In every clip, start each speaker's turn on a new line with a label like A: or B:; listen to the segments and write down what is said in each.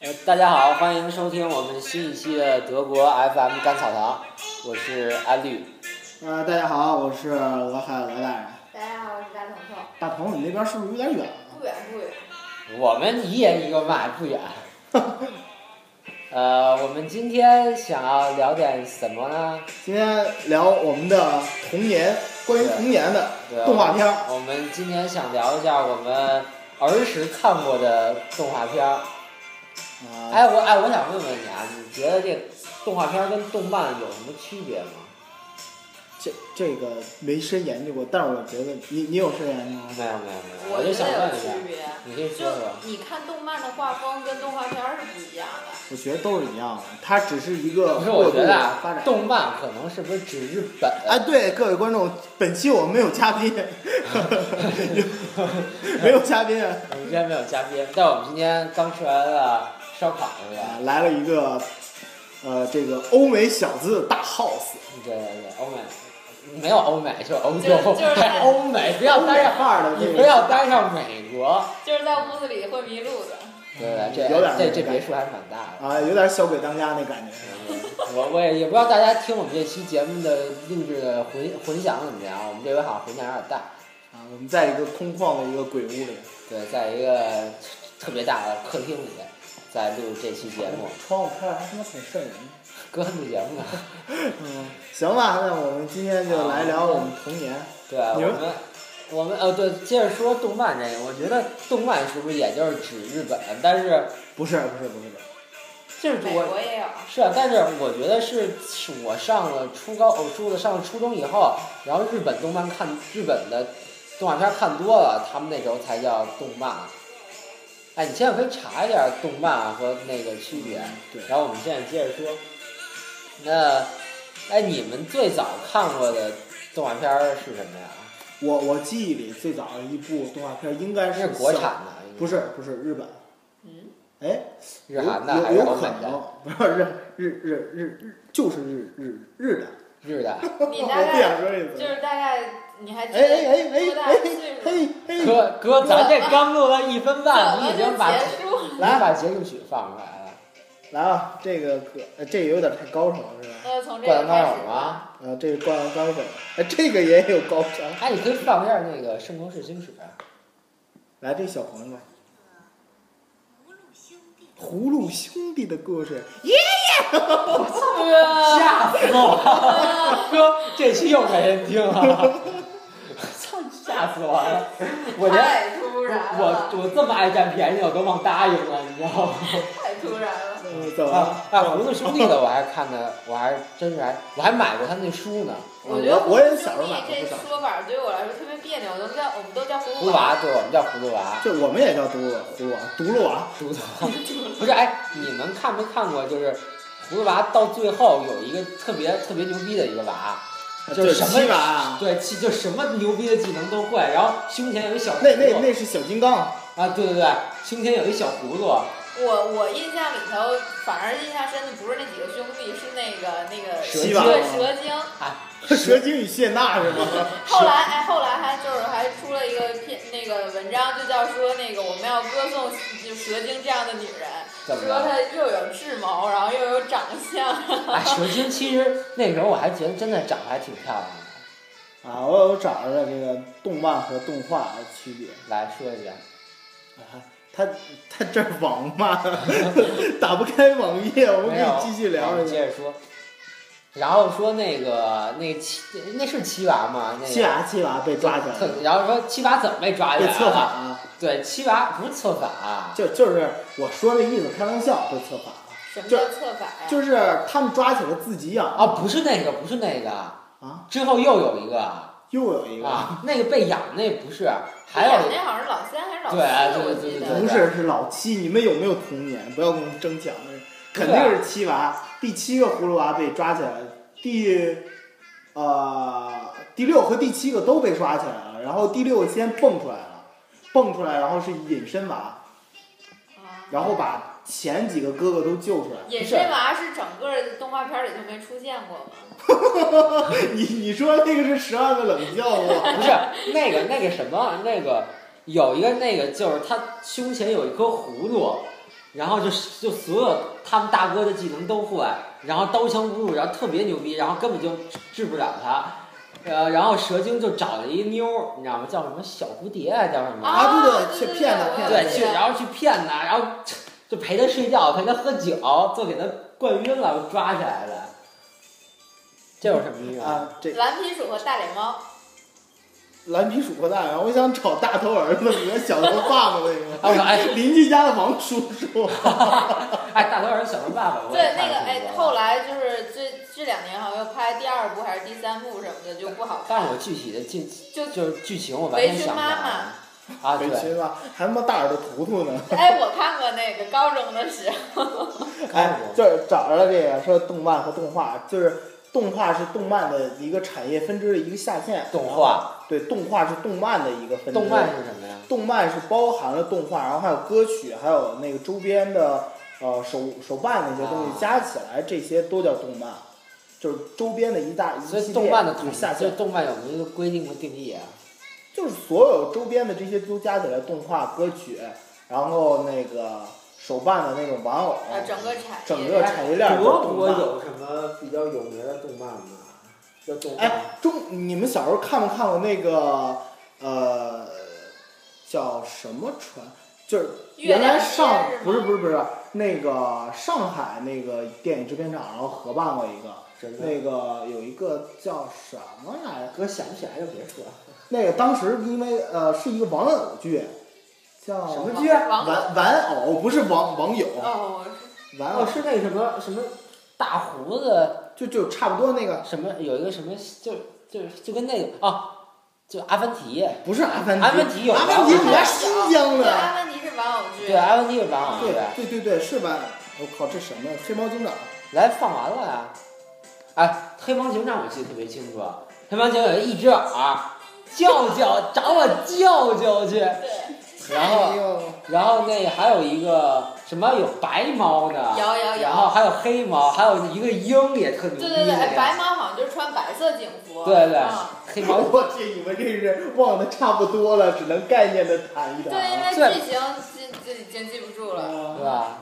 A: 呃，大家好，欢迎收听我们新一期的德国 FM 甘草堂，我是安绿。
B: 呃，大家好，我是俄亥俄大人。
C: 大家好，我是大彤彤。
B: 大鹏，你那边是不是有点远啊？
C: 不远不远，
A: 我们一人一个麦，不远。
B: 啊
A: 呃，我们今天想要聊点什么呢？
B: 今天聊我们的童年，关于童年的
A: 对啊
B: 动画片儿。
A: 我们今天想聊一下我们儿时看过的动画片儿。
B: 啊、
A: 哎，我哎，我想问问你啊，你觉得这动画片儿跟动漫有什么区别吗？
B: 这这个没深研究过，但是我觉得你你有深研究吗？
A: 没有没有没有，
C: 我
A: 就
C: 觉
A: 想
C: 得
A: 问
C: 有
A: 一下
C: 区，别。
A: 你可以说说。
C: 就你看动漫的画风跟动画片儿是不一样的，
B: 我觉得都是一样的，它只是一个
A: 不是，我
B: 过渡
A: 觉得
B: 的发
A: 啊
B: 展，。
A: 动漫可能是不是指日本？
B: 哎，对各位观众，本期我们没有嘉宾， 没有 嘉宾，啊
A: 我们今天没有嘉宾，但我们今天刚吃完了烧烤，是吧？
B: 来了一个，呃，这个欧美小资大 house，
A: 对对对，欧美没有欧美，就欧
C: 就是
A: 洲，
C: 就是
A: 还欧美，不要
B: 欧
A: 待
B: 美
A: 上，
B: 范儿的这
A: 你
B: 个，
A: 不要待上美国。
C: 就是在屋子里会迷路的。
A: 对对，这
B: 有点儿
A: 这
B: 那
A: 这
B: 个
A: 别墅还蛮大的。
B: 啊，有点小鬼当家那感觉。
A: 我我也也不知道大家听我们这期节目的录制的混混响怎么样，我们这回好像混响有点大。
B: 啊，我们在一个空旷的一个鬼屋里，
A: 对，在一个特别大的客厅里，在录这期节目，
B: 窗户开的还他妈挺瘆人的。
A: 哥录节目呢。
B: 嗯， 行吧，那我们今天就来
A: 啊
B: 聊我们童年。
A: 对，我
B: 你们
A: 们我们呃，对，接着说动漫这个，我觉得动漫是不是也就是指日本？但是
B: 不是不是不是，
A: 就是
C: 美
A: 我
C: 国也有，
A: 是啊，但是我觉得是是我上了初高，我初了上了初中以后，然后日本动漫看日本的动画片看多了，他们那时候才叫动漫。哎，你现在可以查一下动漫和那个区别。
B: 嗯对，
A: 然后我们现在接着说，那哎，你们最早看过的动画片儿是什么呀？
B: 我我记忆里最早的一部动画片应该
A: 是
B: 是
A: 国
B: 小，
A: 产的，应该
B: 不是不是日本，
C: 嗯，
B: 哎，
A: 日韩的
B: 有
A: 还是
B: 有
A: 欧
B: 有
A: 美
B: 可
A: 的？
B: 能不是日日日日日，就是日日日的。
A: 日的？
C: 你大
B: 我不
C: 概
B: 想说这
C: 就
B: 词。
C: 是大概你还记
B: 哎
C: 得
B: 哎哎哎
C: 多大
B: 哎
C: 岁数？
B: 嘿 嘿，
A: 哥哥，咱这刚录了一分 半，哎你已
C: 怎
A: 经
C: 么
A: 把
C: 就结束了？
A: 来把节目曲放出来了。
B: 来啊，这个可呃这有点太高潮了是吧？
C: 那就呃从这
A: 灌
C: 个
A: 篮
C: 开
A: 高
C: 始
A: 手。啊！
B: 啊，这个灌篮高手，哎，这个也有高潮。
A: 哎，你可以放一下那个《圣斗士星矢》。啊
B: 来，这小朋友们，葫芦兄弟的故事，
A: 吓死我了！哥，这期又没人听 了。操，吓死我了！我连
C: 太突然了，
A: 我我这么爱占便宜，我都忘答应了，你知道吗？
C: 太突然了。
B: 呃，怎么了？
A: 啊，哎，葫芦兄弟的我还看的，我还真是还我还买过他那书呢。
B: 我
C: 觉得
B: 我也小时候
C: 兄
B: 买
C: 弟
B: 过不
C: 这
B: 少，
C: 说法对于我来说特别别扭，我都叫我们都叫葫
A: 葫芦娃，对我们叫葫芦娃。
B: 这我们也叫啊葫芦娃，葫芦娃，葫芦娃，
A: 葫芦娃，不是哎，你们看没看过？就是葫芦娃到最后有一个特别特别牛逼的一个娃，就
B: 这
A: 什么
B: 七娃啊，
A: 对，其就什么牛逼的技能都会，然后胸前有一小葫芦
B: 那那那是小金刚，
A: 啊，对对对，胸前有一小葫芦，
C: 我我印象里头，反而印象深的不是那几个兄弟，是那个那个
A: 蛇
B: 西
A: 精
B: 娃
C: 对蛇精。
B: 蛇精与谢娜是吗？
C: 后来哎，后来还就是还出了一个篇那个文章，就叫说那个我们要歌颂就蛇精这样的女人，
A: 怎么
C: 说
A: 了？
C: 她又有智谋，然后又有长相。
A: 哎，蛇精其实那时候我还觉得真的长得还挺漂亮的。
B: 啊，我我找着了这个动漫和动画的区别，
A: 来说一下，
B: 啊，他他这儿网嘛， 打不开网页，我们可
A: 没有
B: 以继续聊
A: 我
B: 一
A: 们
B: 下。
A: 接着说。然后说那个那个七那是七娃吗？那个
B: 七娃七娃被抓起来了，
A: 特然后说七娃怎么被抓起
B: 被
A: 来
B: 策反啊
A: 了？
B: 了。
A: 对，七娃不是策反啊，
B: 就就是我说那意思，开玩笑被策反了，
C: 什么叫策反啊
A: 哎
C: 呀？
B: 就是他们抓起了自己养哦
A: 啊，不是那个，不是那个，
B: 啊，
A: 之后又有一个啊，
B: 又有一个、
A: 那个被养那不是，还有
C: 那好像是老三还是老四，
A: 对啊对
C: 我
A: 对
C: 记
A: 对
C: 得。
B: 不是是老七，你们有没有童年？不要跟我们争抢，肯
A: 啊
B: 定是七娃，第七个葫芦娃被抓起来了，第呃第六和第七个都被抓起来了，然后第六个先蹦出来了，蹦出来然后是隐身娃，
C: 啊
B: 然后把前几个哥哥都救出来。
C: 隐身娃是整个动画片里就没出现过吗？
B: 你你说那个是十二个冷笑话，
A: 不是那个那个什么那个有一个那个就是他胸前有一颗葫芦，然后就是就所有他们大哥的技能都会，然后刀枪不入，然后特别牛逼，然后根本就治不了他。呃，然后蛇精就找了一妞儿，你知道吗？叫什么小蝴蝶啊，叫什么？
B: 啊对对
C: 对
B: 去骗他
C: 对
B: 骗他
A: 对，
C: 对
A: 去然后去骗他，然后就陪他睡觉，陪他喝酒，最后给他灌晕了，抓起来了。这有什么意思？
B: 啊，这
C: 蓝皮鼠和大脸猫，
B: 蓝皮鼠和大羊，我想找大头儿子和小头爸爸那个。
A: 哎呦哎
B: 邻居家的王叔叔，啊
A: 哎，大头儿小头爸爸，我也
C: 对
A: 看
C: 那
A: 过
C: 个哎，后来就是这这两年好像又拍第二部还是第三部什么的，就不好
A: 但是
C: 看。
A: 我具体的剧
C: 就
A: 就是剧情我完全想不起来了。啊，
B: 围
A: 对，
B: 裙吧，还他妈大耳朵图图呢。
C: 哎，我看过那个高中的时
A: 哦
C: 候，
B: 哎
A: 看，过。
B: 就是找着了这个说动漫和动画，就是动画是动漫的一个产业分支的一个下线。
A: 动画，
B: 对，动画是动漫的一个分支。
A: 动漫是什么呀？
B: 动漫是包含了动画，然后还有歌曲，还有那个周边的呃手手办那些东
A: 啊
B: 西加起来，这些都叫动漫，就是周边的一大一
A: 所以
B: 系列。
A: 动漫的统
B: 就是
A: 计，
B: 下
A: 就
B: 线
A: 是动漫有没有一个规定和定义啊？
B: 就是所有周边的这些都加起来，动画、歌曲，然后那个手办的那种玩偶，
C: 啊，整个产业
B: 整个产业链儿都是动漫。
A: 什么比较有名的动漫吗？叫动
B: 哎，中你们小时候看没看过那个呃叫什么船？就是
C: 月
B: 原
C: 亮
B: 来
C: 街
B: 上
C: 是吗
B: 不是不是不是那个上海那个电影制片厂，然后合办过一个。
A: 真的，
B: 那个有一个叫什么来着？
A: 哥想不起来就别说了。
B: 那个当时因为呃是一个玩偶剧，叫
A: 什么
C: 网
A: 剧啊
C: 网
B: 玩玩偶不是网网友，
C: 哦，我
B: 玩
A: 哦，
B: 偶
A: 是那什么什么大胡子
B: 就就差不多那个
A: 什么有一个什么就就就跟那个啊，就阿凡提，
B: 不是阿凡提，
A: 阿凡提有
B: 阿凡提
A: 玩偶
B: 是来新疆
C: 对，
B: 的，
C: 阿凡提是玩偶剧
A: 对，，啊阿凡提是玩偶剧
B: 对，对对对是玩偶。我靠，这什么呀？黑猫警长
A: 来放完了呀。哎，黑帮警长我记得特别清楚，啊黑帮警长有一只耳，叫叫找我叫叫去，
C: 对，
A: 然后
B: 哎呦
A: 然后那还有一个什么有白猫的，
C: 摇摇
A: 然后
C: 摇，
A: 还有黑猫，还有一个鹰也特牛
C: 对
A: 逼
C: 对对，
A: 那
C: 哎白
A: 个，
C: 猫好像就是穿白色警服，
A: 对对
C: 嗯
A: 黑猫
B: 哎我去，你们这是忘的差不多了，只能概念的谈一谈
C: 对，因
B: 啊。
C: 为剧情记自己已经记不住了。
A: 对
B: 啊
A: 吧？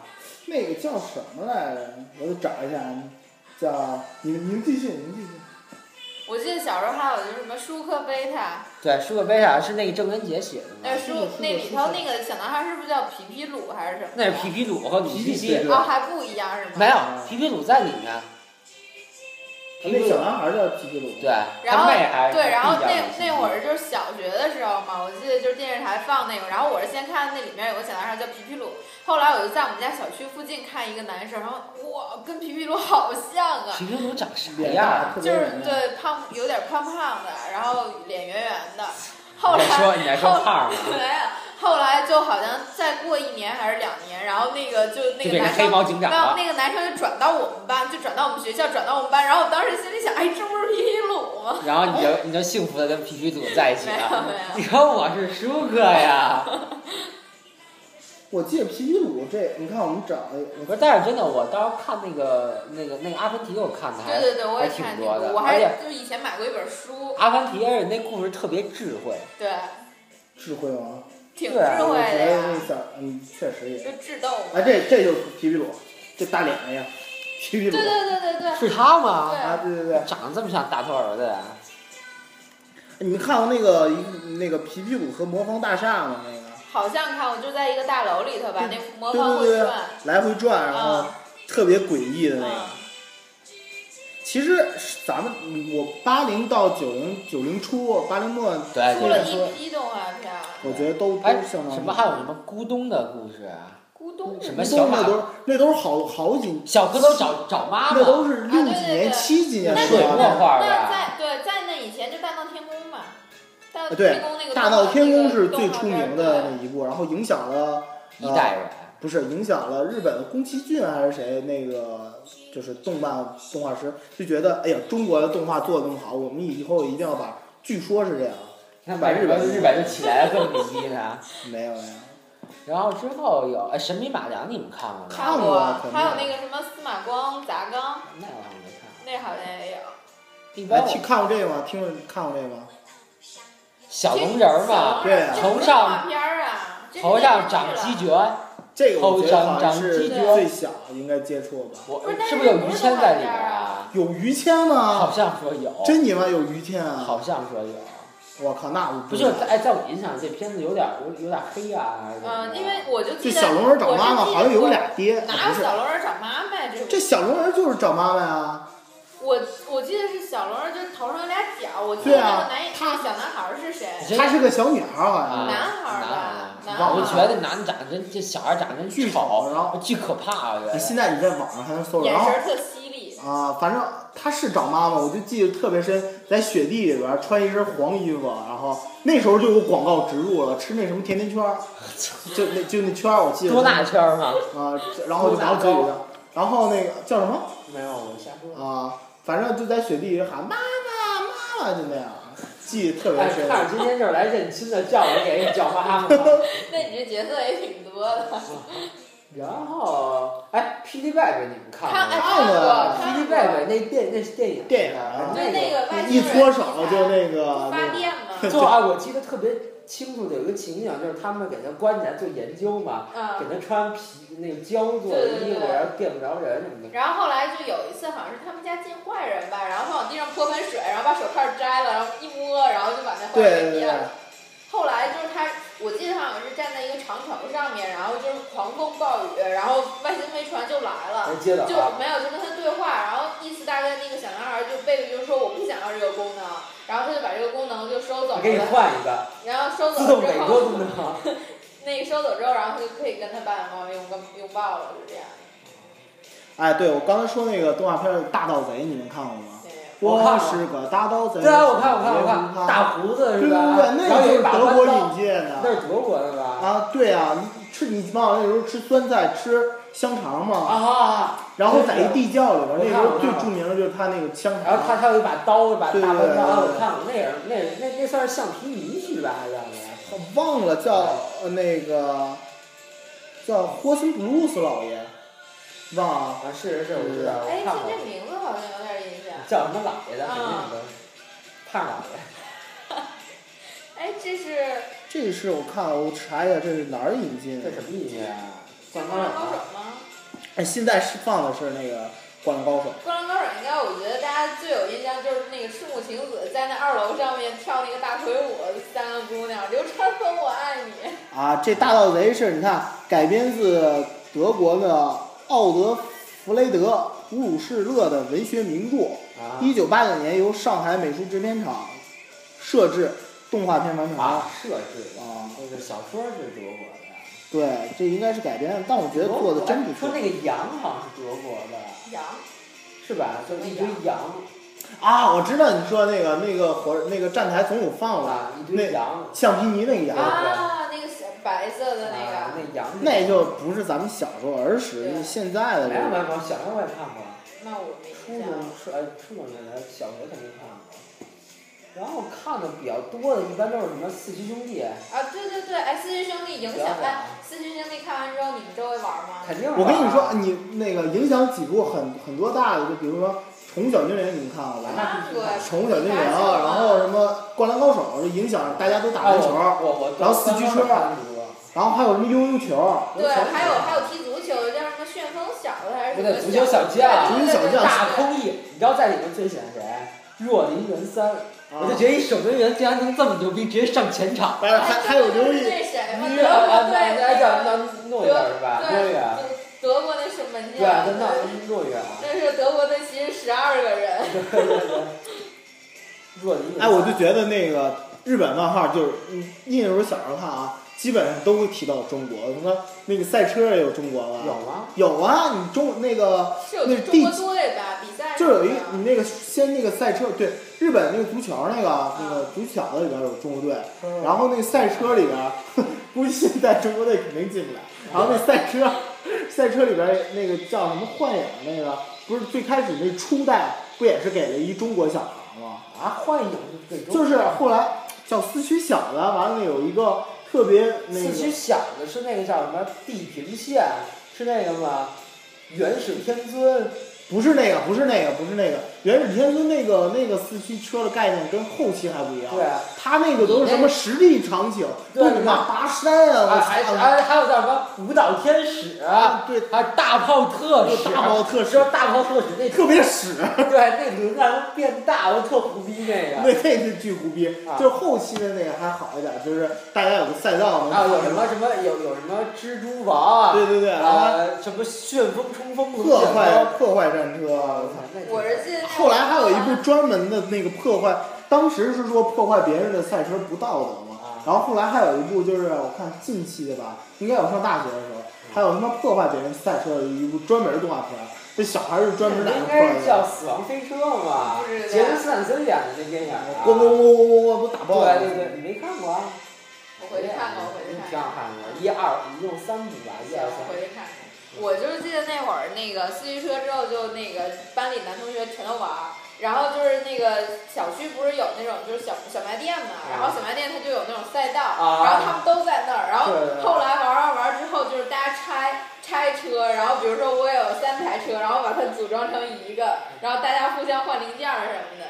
B: 那个叫什么来着？我得找一下，啊叫你们您继续，您继续。
C: 我记得小时候还有就是什么舒克贝塔，
A: 对，舒克贝塔是那个郑渊洁写的
C: 那
A: 嘛，
C: 舒
B: 舒克
C: 那里头那个小男孩是不是叫皮皮鲁还是什么？
A: 那是皮。皮鲁和鲁西西，
B: 皮
C: 哦，还不一样是吗？
A: 没有皮皮鲁在里面，皮
B: 那
A: 皮
B: 小
A: 鲁
B: 男孩叫皮皮鲁。
A: 对，
C: 然
A: 他
C: 后
A: 妹还是
C: 对，然后
A: 他弟叫鲁
C: 那
A: 西西
C: 那会儿就是小学的时候嘛，我记得就是电视台放那个，然后我是先看那里面有个小男孩叫皮皮鲁，后来我就在我们家小区附近看一个男生，然后哇，跟皮皮鲁好像啊，
A: 皮皮鲁长啥
B: 脸
A: 样
B: 大
A: 啊？
B: 哎特
C: 就
B: 别
C: 是
B: 圆
C: 对胖有点胖胖的，然后脸圆圆的，后
A: 你
C: 来
A: 还说你还说
C: 后
A: 胖
C: 没
A: 了，
C: 有，后来就好像再过一年还是两年，然后那个就
A: 就
C: 那个
A: 变
C: 男
A: 成黑
C: 生，
A: 猫警长
C: 然后
A: 了。
C: 那个男生就转到我们班，就转到我们学校，转到我们班。然后我当时心里想，哎，这不是皮皮鲁吗？
A: 然后你就你就幸福的跟皮皮鲁在一起
C: 没有
A: 了。
C: 没有，
A: 你看我是舒克呀。
B: 我记得皮皮鲁这，你看我们找了，我
A: 不是，但是真的，我当时看那个那个那个阿凡提，我看的还
C: 对对对，我
A: 还
C: 也
A: 挺
C: 看
A: 多的
C: 我
A: 而
C: 还
A: 且
C: 就以前买过一本书，
A: 阿凡提，而且那故事特别智慧，
C: 对，
B: 智慧王，
C: 挺智
A: 对啊
B: 我
C: 慧
B: 觉
C: 的
B: 得
C: 呀
B: 那，小，嗯，确实也。
C: 就智斗嘛。
B: 哎，这这就是皮皮鲁，这大脸哎呀， 皮皮
C: 对
B: 鲁
C: 对对对对，
A: 是他吗？
B: 啊，对对对，
A: 长得这么像大头儿子呀？
B: 你们看过那个一那个皮皮鲁和魔方大厦吗？那个
C: 好像看我就在一个大楼里头吧，那魔
B: 对对
C: 方会
B: 对
C: 转，
B: 来回转，然后
C: 啊
B: 特别诡异的那个。
C: 啊，
B: 其实咱们我八零到九零九零初八零末，
A: 对
C: 出
A: 对
C: 了
A: 哎对。
C: 一批动画片儿，
B: 我觉得都都
A: 哎，
B: 相当
A: 什么还有什么咕咚的故事啊？
C: 咕咚
A: 什么
B: 那
A: 小
B: 都
A: 马
B: 那都是那都是好好几
A: 小蝌蚪找找
C: 啊
A: 妈
B: 那都
A: 妈，
B: 是六几年、
C: 啊对对对
B: 七几年
A: 那
B: 的啊
A: 水
B: 动
A: 墨
B: 画片。
A: 画啊
C: 那
A: 吧？
C: 在对在那以前就大闹天宫嘛，大
A: 啊
C: 闹
B: 对
C: 天宫那个
B: 大闹天宫是最
C: 动画
B: 出
C: 片
B: 名的那一部，然后影响了呃
A: 一代人，
B: 不是影响了日本的宫崎骏啊还是谁那个就是动漫动画师就觉得哎呀中国的动画做的那么好，我们以后一定要把，据说是这样，
A: 你看把日本日本就起来了，这么牛逼呢。
B: 没有呀，
A: 然后之后有哎神笔马良，你们看过吗？
C: 看
B: 看过啊肯定
C: 还有那个什么司马光砸缸，
A: 那我还没看。
C: 那好像也有。
A: 一般
B: 哎，
A: 我
B: 听看过这个吗？听过看过这个吗？
A: 小龙人儿嘛，
B: 对啊
C: 这
A: 头
C: 不是
A: 上
C: 动画片儿啊，这是
A: 头上
C: 电视剧
A: 长
C: 了
A: 鸡。角，
B: 这个我觉得好像
A: 头
B: 是
A: 张张
B: 最小应该接触吧。
A: 我
C: 不是但是
A: 不是有
C: 不
A: 于
C: 是
A: 谦
C: 动
A: 在
C: 画
A: 里
C: 片
A: 边
C: 儿啊
A: 啊？
B: 有于谦吗
A: 好？像说有，
B: 真你妈有于谦啊！
A: 好像说有。
B: 我靠，那我
A: 不
B: 知道
A: 是，哎，在我印象里这片子有点有有点黑暗还是怎么
C: 嗯，
A: 着
C: 因为我就
B: 这
C: 记得
B: 小龙人找妈妈好像有
C: 俩。
B: 俩爹，啊
C: 哪
B: 不
C: 有
B: 是？
C: 小龙人找妈妈呀？这
B: 这小龙人就是找妈妈呀，
C: 我我记得是小龙人，就是头上有俩角。我记
B: 对
C: 得
B: 啊
C: 那个男那个小男孩儿是谁？
A: 真
B: 她是个小女孩儿好
A: 啊
B: 像，
C: 男孩儿
A: 男
C: 吧男
A: 孩儿啊
B: 孩儿
A: 我觉得男长得真，这小孩儿长得真
B: 巨
A: 丑，
B: 丑，然后
A: 巨可怕，啊我觉
B: 你
A: 得。
B: 现在你在网上还能搜着，
C: 眼
B: 然后
C: 神儿特犀利。
B: 啊，反正他是找妈妈，我就记得特别深，在雪地里边儿穿一身黄衣服，然后那时候就有广告植入了，吃那什么甜甜圈儿，就那就那圈儿，我记得
A: 多大圈儿吗？
B: 啊，这然后就拿嘴里的，然后那个叫什么
A: 没有，我瞎说。
B: 啊，反正就在雪地里喊妈妈妈妈，就那样，记得特别
A: 哎，
B: 深。
A: 看着今天就是来认亲的，叫我给你叫妈妈。
C: 那你这角色也挺多
A: 啊
C: 的。
A: 然后，哎，《霹雳贝贝》你们看啊
C: 看哎
A: 吗？
C: 看
B: 看
C: 过
B: 了
A: 《霹雳
C: 看
A: 贝贝
C: 过。》
A: 那电那是电影，
B: 电影啊
C: 对那个外星
B: 一
C: 人
B: 搓手就那个
C: 发电嘛。
A: 最后啊，我记得特别清楚的有一个情景，就是他们给他关起来做研究嘛，给他
C: 嗯。
A: 穿皮那个胶做的衣服，然后电不着人什么的。
C: 然后后来就有一次，好像是他们家进坏人吧，然后往地上泼盆水，然后把手套摘了，然后一摸，然后就把那坏
B: 对
C: 人给
B: 对
C: 灭
B: 对
C: 了。，后来就是他，我记得他好像是站在一个长城上面，然后就是狂风暴雨，然后外星飞船就来了。
A: 人接着
C: 就
A: 啊，
C: 没有就跟他对话，然后意思大概那个小男孩就贝贝就说我不想要这个功能，然后他就把这个功能就收走
A: 给你
C: 了，
A: 换一个
C: 然后收
A: 自动
C: 走之
A: 伪
C: 后，
A: 装功能。
C: 那个收走之后，然后他就可以跟他爸爸妈妈拥抱拥抱了，就这样。
B: 哎，对我刚才说那个动画片儿《大盗贼》，你们看过吗？
C: 对，
A: 我看了
B: 是个大盗贼，
A: 对啊，我看我看我
B: 别
A: 看，
B: 怕
A: 大胡子是
B: 对对
A: 吧？
B: 对，
A: 然
B: 那个
A: 后
B: 就
A: 有
B: 是
A: 一把
B: 德
A: 弯
B: 国
A: 刀
B: 引进
A: 那
B: 的
A: 是德国的吧？
B: 啊，对啊，你吃你忘了那时候吃酸菜吃香肠嘛，
A: 啊，
B: 然后在一地窖里边，
A: 对
B: 那
A: 对
B: 时候
A: 我看
B: 最
A: 了
B: 著名的就是他那个香
A: 然后他
B: 肠，
A: 他有一把刀，一把
B: 对
A: 大
B: 对
A: 弯刀，
B: 对对
A: 我看了那也是那也是那那算是橡皮泥去吧，还是叫什么？
B: 我忘了叫呃那个叫霍森布鲁斯老爷，忘了
A: 啊，是是是，我知道，
C: 哎，
A: 我看过
C: 听这。名字好像有点印象。
A: 叫什么老爷的？
C: 啊
A: 肯定的，胖老爷。
C: 哎，这是
B: 这是我看我查一下这是哪儿引进的
A: 这，什么音乐啊？
C: 《
A: 灌
C: 灌
A: 汤
C: 篮高手
A: 手。》
C: 吗？
B: 哎，现在是放的是那个《灌篮高手》。
C: 《灌篮高手》应该我觉得大家最有印象就是那个赤木晴子在那二楼上面跳那个大腿舞，三个姑娘，流川枫我爱你。
B: 啊，这《大盗贼》是你看改编自德国的奥德弗雷德·普鲁士勒的文学名著，
A: 啊
B: 一九八九年由上海美术制片厂摄制动画片完成。
A: 啊，设置的，
B: 啊，
A: 那个小说是德国的。
B: 对，这应该是改编的，但我觉得做的真不
A: 说
B: 错
A: 那个羊好像是德国的，
C: 羊，
A: 是吧？就是一堆羊
B: 啊！我知道你说那个那个火那个站台总有放了
A: 啊，一堆羊。
B: 橡皮泥那个羊，
C: 啊，那个小白色的那
A: 啊
C: 个，
A: 那羊是。
B: 那就不是咱们小时候儿时
C: 对
B: 就是现在的
A: 啊没
B: 这
A: 有没
B: 个。
A: 有，没有小时候哎我也看过，
C: 那我没
A: 初
C: 印象
A: 中
C: 了。
A: 初哎初中原来小学肯定看过。然后看的比较多的，一般都是什么四驱兄弟、
C: 啊，对对对，哎，四驱兄弟影
A: 不要
C: 响
A: 脸
C: 哎，四驱兄弟看完之后，你们周围玩吗？
A: 肯定是吧。
B: 我跟你说，你那个影响几部很很多大的，就比如说《宠物小精灵》，你们看过吧？
C: 看过呀，
B: 《宠物小精灵》，然后什么《灌篮高手》，就影响大家都打篮球，
A: 哎我我我
B: 然后四驱车
A: 看的多。
B: 然后还有什么悠悠球、
A: 我
C: 对，
A: 小
C: 还有还有踢足球的，叫什么旋风小子还是
A: 不
C: 什
A: 对，
C: 么
A: 足球小将，
C: 对对
B: 足
C: 对
B: 球小将
A: 大
C: 对
A: 空翼，你知道在里面最喜欢谁？若林元三，我就觉得一守门员竟然能这么牛逼，直接上前场。
B: 还还还有刘
C: 就是
B: 毅，
C: 那谁嘛，
A: 你
C: 德国队
A: 哎哎叫
C: 那个
A: 诺诺远是吧？诺
C: 对
A: 远，
C: 德国那是门
B: 啊
A: 对，叫
C: 将，
A: 诺诺远。
C: 那是德国队其实十二个人，
A: 对对对。若林元三，
B: 哎，我就觉得那个日本漫画就是，嗯，那时候小时候看啊，基本上都会提到中国，什么那个赛车也有中国吧？
A: 有吗？
B: 有啊，你中那个
C: 是有
B: 那
C: 中
B: 第
C: 国队吧？比赛
B: 就有一
C: 什么的
B: 你那个先那个赛车，对，日本那个足球那个啊那个足小子里边有中国队。然后那赛车里边儿， 估计现在中国队肯定进不来。然后那赛车， 赛车里边儿那个叫什么幻影那个，不是最开始那初代不也是给了一中国小孩吗？
A: 啊，幻影是最终
B: 就是后来叫四驱小子，完了有一个特别那
A: 四
B: 个
A: 驱小的是那个叫什么地平线，是那个吗？元始天尊
B: 不是那个，不是那个，不是那个，原始天尊那个那个四驱车的概念跟后期还不一样，
A: 对啊，
B: 他那个都是什么实地场景，
A: 对
B: 动画跋山
A: 还
B: 啊，
A: 还
B: 我操
A: 还还有叫什么舞蹈天使啊，
B: 啊，对，
A: 还有大炮特使，
B: 大炮特
A: 使
B: 使，
A: 大炮特使那
B: 特别屎，
A: 对那轮子变大，我特胡逼那
B: 那
A: 个。
B: 那是巨胡逼
A: 啊，
B: 就是后期的那个还好一点，就是大家有个赛道能
A: 还啊有有
B: 跑
A: 什么什么有有什么蜘蛛王
B: 对对对，啊，
A: 啊，什么旋风冲锋龙
B: 破
A: 卷
B: 坏
A: 风，
B: 破坏战车啊，我操！
A: 那
C: 我是记得那会儿
B: 后来还有一部专门的那个破坏，当时是说破坏别人的赛车不道德嘛
A: 啊，
B: 然后后来还有一部就是我看近期的吧，应该我上大学的时候，还有他妈破坏别人赛车的一部专门动画片儿，这小孩儿是专门
A: 那
B: 拿来
A: 应
B: 破
A: 该
B: 坏
A: 是叫
B: 的
A: 《死亡飞车》嘛
C: 不，知道
A: 杰森斯坦森演的那电影啊，
B: 咣咣咣咣咣咣都打爆了，
A: 对对对，你没看过啊？
C: 我回去看看，我回
B: 嗯
C: 去
A: 你
C: 看
A: 挺
C: 看
A: 好。看的，一二一共三部吧，一
C: 行
A: 二，
C: 我
A: 三。
C: 回去看看。我就是记得那会儿，那个四驱车之后，就那个班里男同学全都玩儿。然后就是那个小区不是有那种就是小小卖店嘛，然后小卖店它就有那种赛道，
A: 啊
C: 然后他们都在那儿。然后
A: 对对对
C: 后来玩儿玩儿玩儿之后，就是大家拆拆车，然后比如说我有三台车，然后把它组装成一个，然后大家互相换零件儿什么的。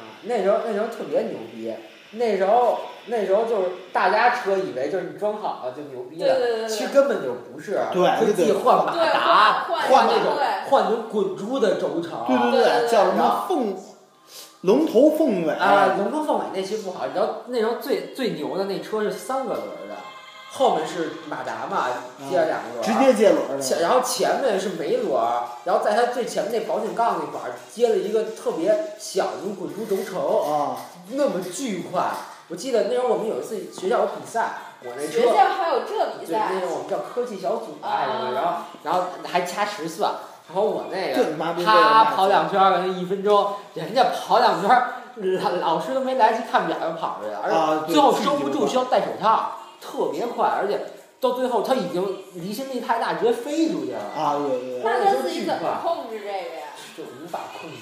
A: 啊，那时候那时候特别牛逼，那时候那时候就是大家车以为就是你装好了就牛逼
C: 对
A: 了，
C: 对对
A: 其
C: 对
A: 实。根本就不是，
B: 对
A: 会自己换马
C: 对
A: 达，
C: 换
A: 换
C: 换
A: 那种
C: 对
A: 换那种滚珠的轴
B: 对
A: 承。
B: 对
C: 对对对
B: 叫什么凤龙头凤尾
A: 啊，龙头凤尾那期不好，你知道那时候最最牛的那车是三个轮儿的，后面是马达嘛，接着两个轮儿，
B: 直接接轮儿
A: 前
B: 的，
A: 然后前面是煤轮儿，然后在它最前面那保险杠那块儿接了一个特别小的滚珠轴承，
B: 啊，
A: 那么巨快。我记得那时候我们有一次学校有比赛，我那
C: 学
A: 车
C: 校还有这比
A: 对那
C: 赛
A: 时候我们叫科技小组啊什么，然后然后还掐时算，然后我那
B: 这
A: 个
B: 你妈逼为了
A: 他
B: 卖
A: 跑两圈儿，感觉一分钟，人家跑两圈儿，老老师都没来及看表就跑出去了，而且
B: 啊，对
A: 最后
B: 自己
A: 收不住，
B: 就
A: 需要戴手套，特别快，而且到最后他已经离心力太大，直接飞出去了，
B: 啊，对对对，
C: 那他自己怎么控制这个呀？
A: 就无法控制。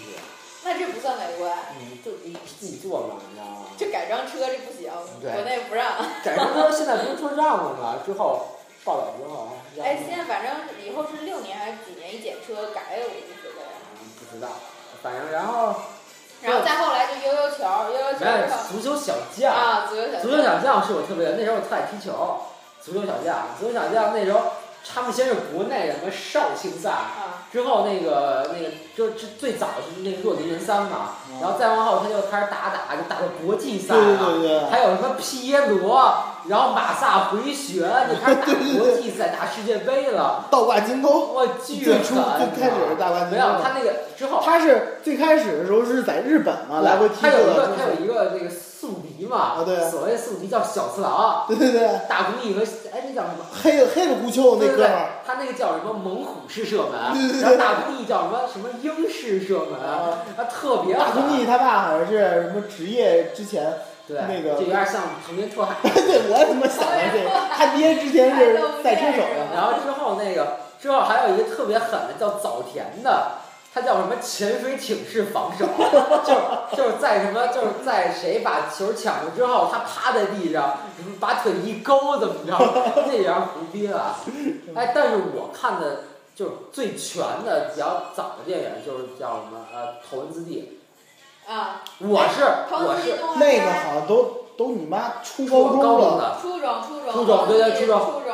C: 那这不算违规。
A: 你就你自己做嘛，你知道吗？
C: 这改装车这不行，
A: 对
C: 国内不让。
A: 改装车现在不是说让了吗？之后报道之后让
C: 哎，
A: 了
C: 现在反正以后是六年还是几年一检车改，我就觉得。
A: 嗯不知道，反正然后
C: 然后再后来就悠悠球，悠悠球
A: 没有
C: 之后
A: 足球小将。
C: 啊，足球小
A: 足球
C: 将
A: 小将是我特别的，那时候我特爱踢球。足球小将，足球小将那时候他们先是国内什么少青赛，
C: 啊，
A: 之后那个那个就就最早是那个弱敌人三嘛，
B: 嗯
A: 然后再往后他就开始打打，就打到国际赛
B: 对对
A: 了。
B: 对对。
A: 还有什么皮耶罗，然后马萨回旋，就开始打国际赛、打世界杯了。
B: 倒挂金钩，
A: 哇，巨
B: 最初
A: 狠啊
B: 最开始是大关
A: 没有他那个之后，
B: 他是最开始的时候是在日本嘛，啊来回踢
A: 他有一
B: 过
A: 个
B: 的，
A: 他有一个那个宿敌嘛，
B: 啊对
A: 所谓宿敌叫小次郎，
B: 对对对，
A: 大公益和哎，那叫什么？
B: 黑黑了咕秋
A: 对
B: 哦
A: 对
B: 那哥
A: 对
B: 们儿，，
A: 他那个叫什么猛虎式射门，然后大公益叫什么什么英式射门，
B: 啊
A: 啊，特别
B: 大
A: 狠
B: 空翼他爸好像是什么职业之前，
A: 对，
B: 那个
A: 就有点像藤原拓海。
B: 对我也他妈想的这个，他爹之前是赛车手
C: 对
A: 然后之后那个之后还有一个特别狠的叫早田的，他叫什么潜水艇式防守， 就是就是在什么就是在谁把球抢了之后，他趴在地上，什么把腿一勾怎么着，那样胡逼了。哎，但是我看的就是最全的比较早的电影就是叫什么呃《头文字 D
C: 啊，》，
A: 我是
C: 头
A: 我
C: 文字 D
A: 是
C: 动画
B: 那个
C: 片，
B: 好像都都你妈初
A: 初
B: 高中了，
A: 的，
C: 初中初中
A: 初中对对
C: 初
A: 初中
C: 初中，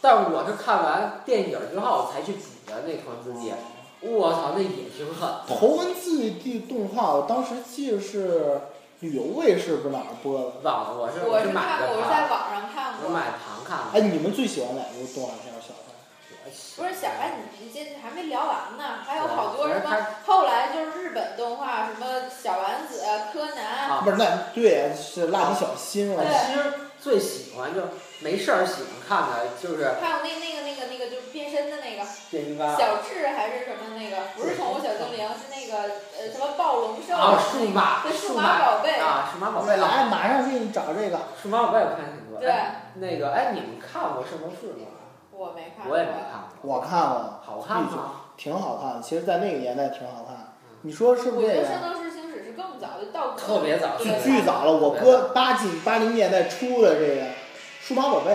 A: 但是我是看完电影之后才去补的那《头文字 D》，我操，那也挺狠。
B: 头文字 D 动画，我当时记得是旅游卫视不是哪儿播的？
A: 忘了，我是
C: 我
A: 是
C: 是
A: 买
C: 看
A: 的
C: 过，我是
A: 盘，
C: 在网上看
A: 我
C: 过。
A: 买盘看的。
B: 哎，你们最喜欢哪部动画片？小时候？
C: 不是小白，你你这还没聊完呢，还有好多
A: 对
C: 什么？后来就是日本动画，什么小丸子、柯南，
A: 啊
B: 不是那对是蜡笔小新了
C: 对。
A: 其实最喜欢就没事儿喜欢看的就是
C: 还有那那个那个那个就变身的那个，
A: 变形金刚
C: 小智还是什么那个，不是宠物小精灵，是那个呃什么暴龙兽，
A: 啊，数码
C: 对
A: 数
C: 数码宝贝，
A: 啊，数码宝贝啊，
B: 来，马上给你找这个。
A: 数码宝贝我看挺多。
C: 对
A: 哎，那个哎，你们看过《圣斗士》吗？
C: 我没看过，
A: 我也没看过。
B: 我看了，
A: 好看吗？
B: 挺好看的。其实，在那个年代挺好看
A: 嗯。
B: 你说是
C: 我
B: 不是
C: 觉
B: 这
C: 得《
B: 个
C: 圣？斗士星矢》是更早，就到
A: 特别早
B: 巨
C: 对
B: 巨早了，我哥八几八零年代初的这个《数码宝贝》，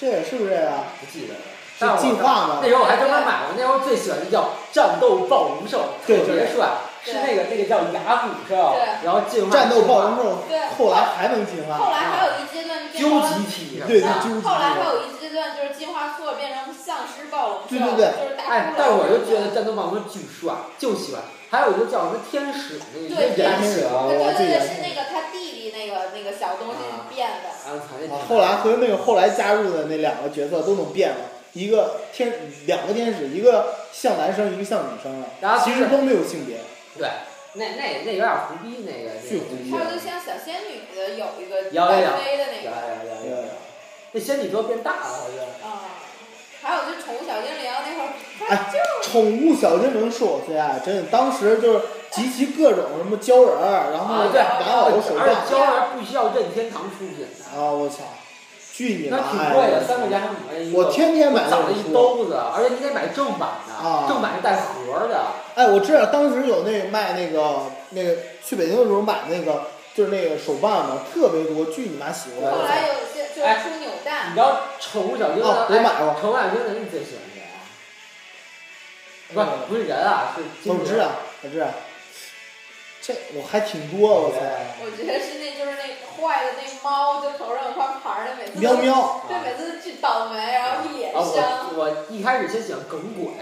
B: 这个是不是这个？
A: 不记得了。
B: 是
A: 但
B: 进
A: 我
B: 化吗
A: 那？时候我还专门买过，那时候最喜欢的叫《战斗暴龙兽》，
B: 对
A: 特别帅。
C: 对
A: 是那个那个叫牙骨兽
C: 对，
A: 然后进化
B: 战斗暴龙兽
C: 对
B: 后来还能进化，
C: 后来还有一阶段就变成
A: 究
C: 了
A: 极体什么
B: 对
A: 的
B: 对
C: 像
B: 究极
C: 后来还有一阶段就是进化错变成丧尸暴龙兽，
B: 对对对
C: 就是大
A: 哎
C: 骷，
A: 但是
C: 髅
A: 我就觉得战斗暴龙巨帅，就喜欢。还有一个叫什么天使，那个一个
C: 对
A: 人
B: 天使
A: 形，
B: 啊
C: 对
B: 我记
C: 对对，
B: 得
C: 是那个他弟弟那个那个小东西
A: 啊
C: 变的。
A: 啊，操那挺
B: 啊后来和那个后来加入的那两个角色都能变了，一个天两个天使，一个像男生，一个像女生了，
A: 然后
B: 其实都没有性别。
A: 对，那那那有点胡逼，那个
B: 巨胡逼
C: 还有就像小仙女的有一个
A: 摇一摇
C: 单飞的
A: 嗯
C: 那
A: 有有
C: 个，
A: 有有有，哎那仙女座变大了，我觉得。
C: 嗯，还有就宠物小精灵那会儿，
B: 哎
C: 它就
B: 宠物小精灵是我最爱，真的，当时就是集齐各种什么鲛人儿，然后
A: 啊对
B: 玩偶手
A: 而
B: 办
A: 且胶原不需要任天堂出品的，
B: 啊，我操，巨你
A: 那
B: 妈
A: 挺
B: 爱！
A: 贵的，三块钱还买一个。
B: 我天天买那
A: 攒了
B: 种
A: 一
B: 书。
A: 兜子，而且你得买正版的，
B: 啊
A: 正版是带盒儿的。
B: 哎，我知道当时有那卖那个那个去北京的时候买那个就是那个手办嘛，特别多，巨你妈喜欢。
C: 后来有些就是
B: 哎
C: 出扭
A: 你
C: 蛋，
B: 嗯
A: 知道宠物小精灵？
B: 哦我买过
A: 哎宠物小精灵你最喜欢谁啊？不是
B: 嗯
A: 不是人啊，是精灵。
B: 我知道，我知道。这我还挺多，我操！
C: 我觉得是那就是那坏的那猫，就头上有块牌儿的，每次都
B: 喵喵，
C: 对，每次巨倒霉，然后一脸
A: 啊，
C: 伤。
A: 我我一开始先喜欢耿鬼，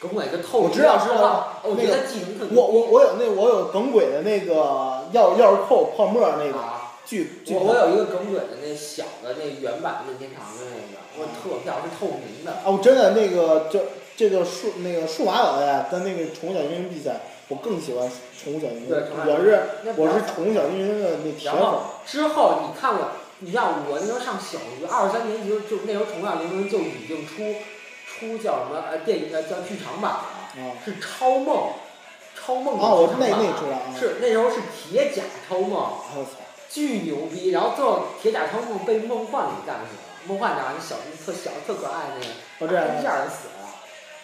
A: 耿鬼跟透
B: 我知道知道知道
A: 我觉得技能特别
B: 我我我有那我有耿鬼的那个钥钥匙扣泡沫那个
A: 啊
B: 巨巨
A: 我我有一个耿鬼的那小的那原版任天堂的那个，我特漂亮，是透明的。
B: 哦，真的那个就这个数那个数码老大跟那个宠物小精灵比起来，我更喜欢宠物小精灵。
A: 对宠物小精灵
B: 我是
A: 那比较
B: 我是宠物小精灵的那铁
A: 然
B: 粉
A: 后之后你看我，你像我那时候上小学，二三年级就就那时候《宠物小精灵》就已经出出叫什么呃电影呃叫剧场版了，
B: 啊。
A: 是超梦，超梦的
B: 哦，我
A: 剧场
B: 那
A: 版
B: 那出来啊，
A: 是那时候是铁甲超梦，
B: 啊我操，
A: 巨牛逼。然后最后铁甲超梦被梦幻给干死了，梦幻长那小特小特可爱那个，
B: 我哦这样
A: 一下就死了。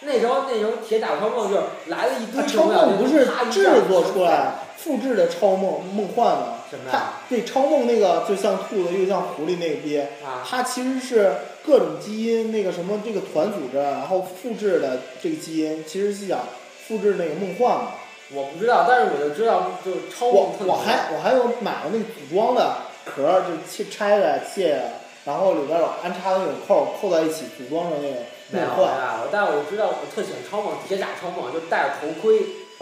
A: 那时候那时候铁甲超梦就是来了一堆
B: 它超
A: 宠物小精灵
B: 梦不是
A: 啪一下
B: 制作出来复制的超梦梦幻吗？
A: 什么呀
B: 它对超梦那个就像兔子又像狐狸那个鳖，
A: 啊
B: 它其实是各种基因那个什么这个团组织，然后复制的这个基因，其实是想复制那个梦幻嘛。
A: 我不知道，但是我就知道就是超
B: 我
A: 梦特别
B: 我还我还有买过那个组装的壳儿，就是切拆开卸呀，然后里边有安插的那种扣，扣在一起组装成那
A: 没
B: 个
A: 有
B: 梦幻。
A: 啊，我但我知道我特喜欢超梦，铁甲超梦，就戴着头盔，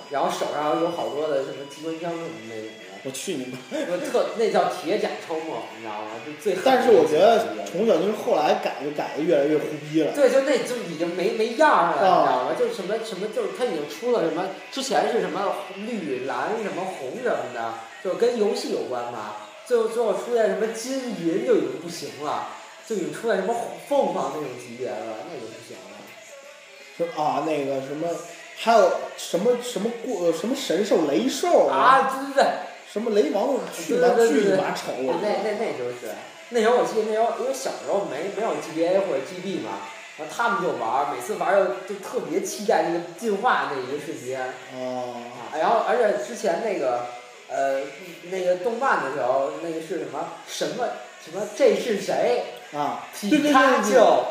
A: 然后手上有好多的什么机关枪什么那种
B: 我去你妈！
A: 的，我特那叫铁甲超梦，你知道吗？就最狠的
B: 但是我觉得
A: 那种
B: 宠物小精灵后来改就改的越来越胡逼了。
A: 对，就那就已经没没样儿了，你
B: 啊
A: 知道吗？就是什么什么，就是它已经出了什么，之前是什么绿蓝什么红什么的，就是跟游戏有关吧。最后最后出现什么金银就已经不行了，就已经出现什么凤凰那种级别了，那就不行了。
B: 什么啊那个什么，还有什么什么过什么神兽雷兽，
A: 啊，对对对，
B: 什么雷王，
A: 对
B: 去你妈
A: 对对
B: 去你
A: 对
B: 妈丑！
A: 那那那就是，那时候我记得那时候因为小时候没没有 GBA 或者 GB 嘛，然后他们就玩儿，每次玩儿就就特别期待那个进化那一个瞬间
B: 啊，
A: 啊。然后而且之前那个呃那个动漫的时候，那个是什么什么什么这是谁？
B: 啊，对对
A: 皮
B: 对
A: 卡
B: 对对
A: 丘。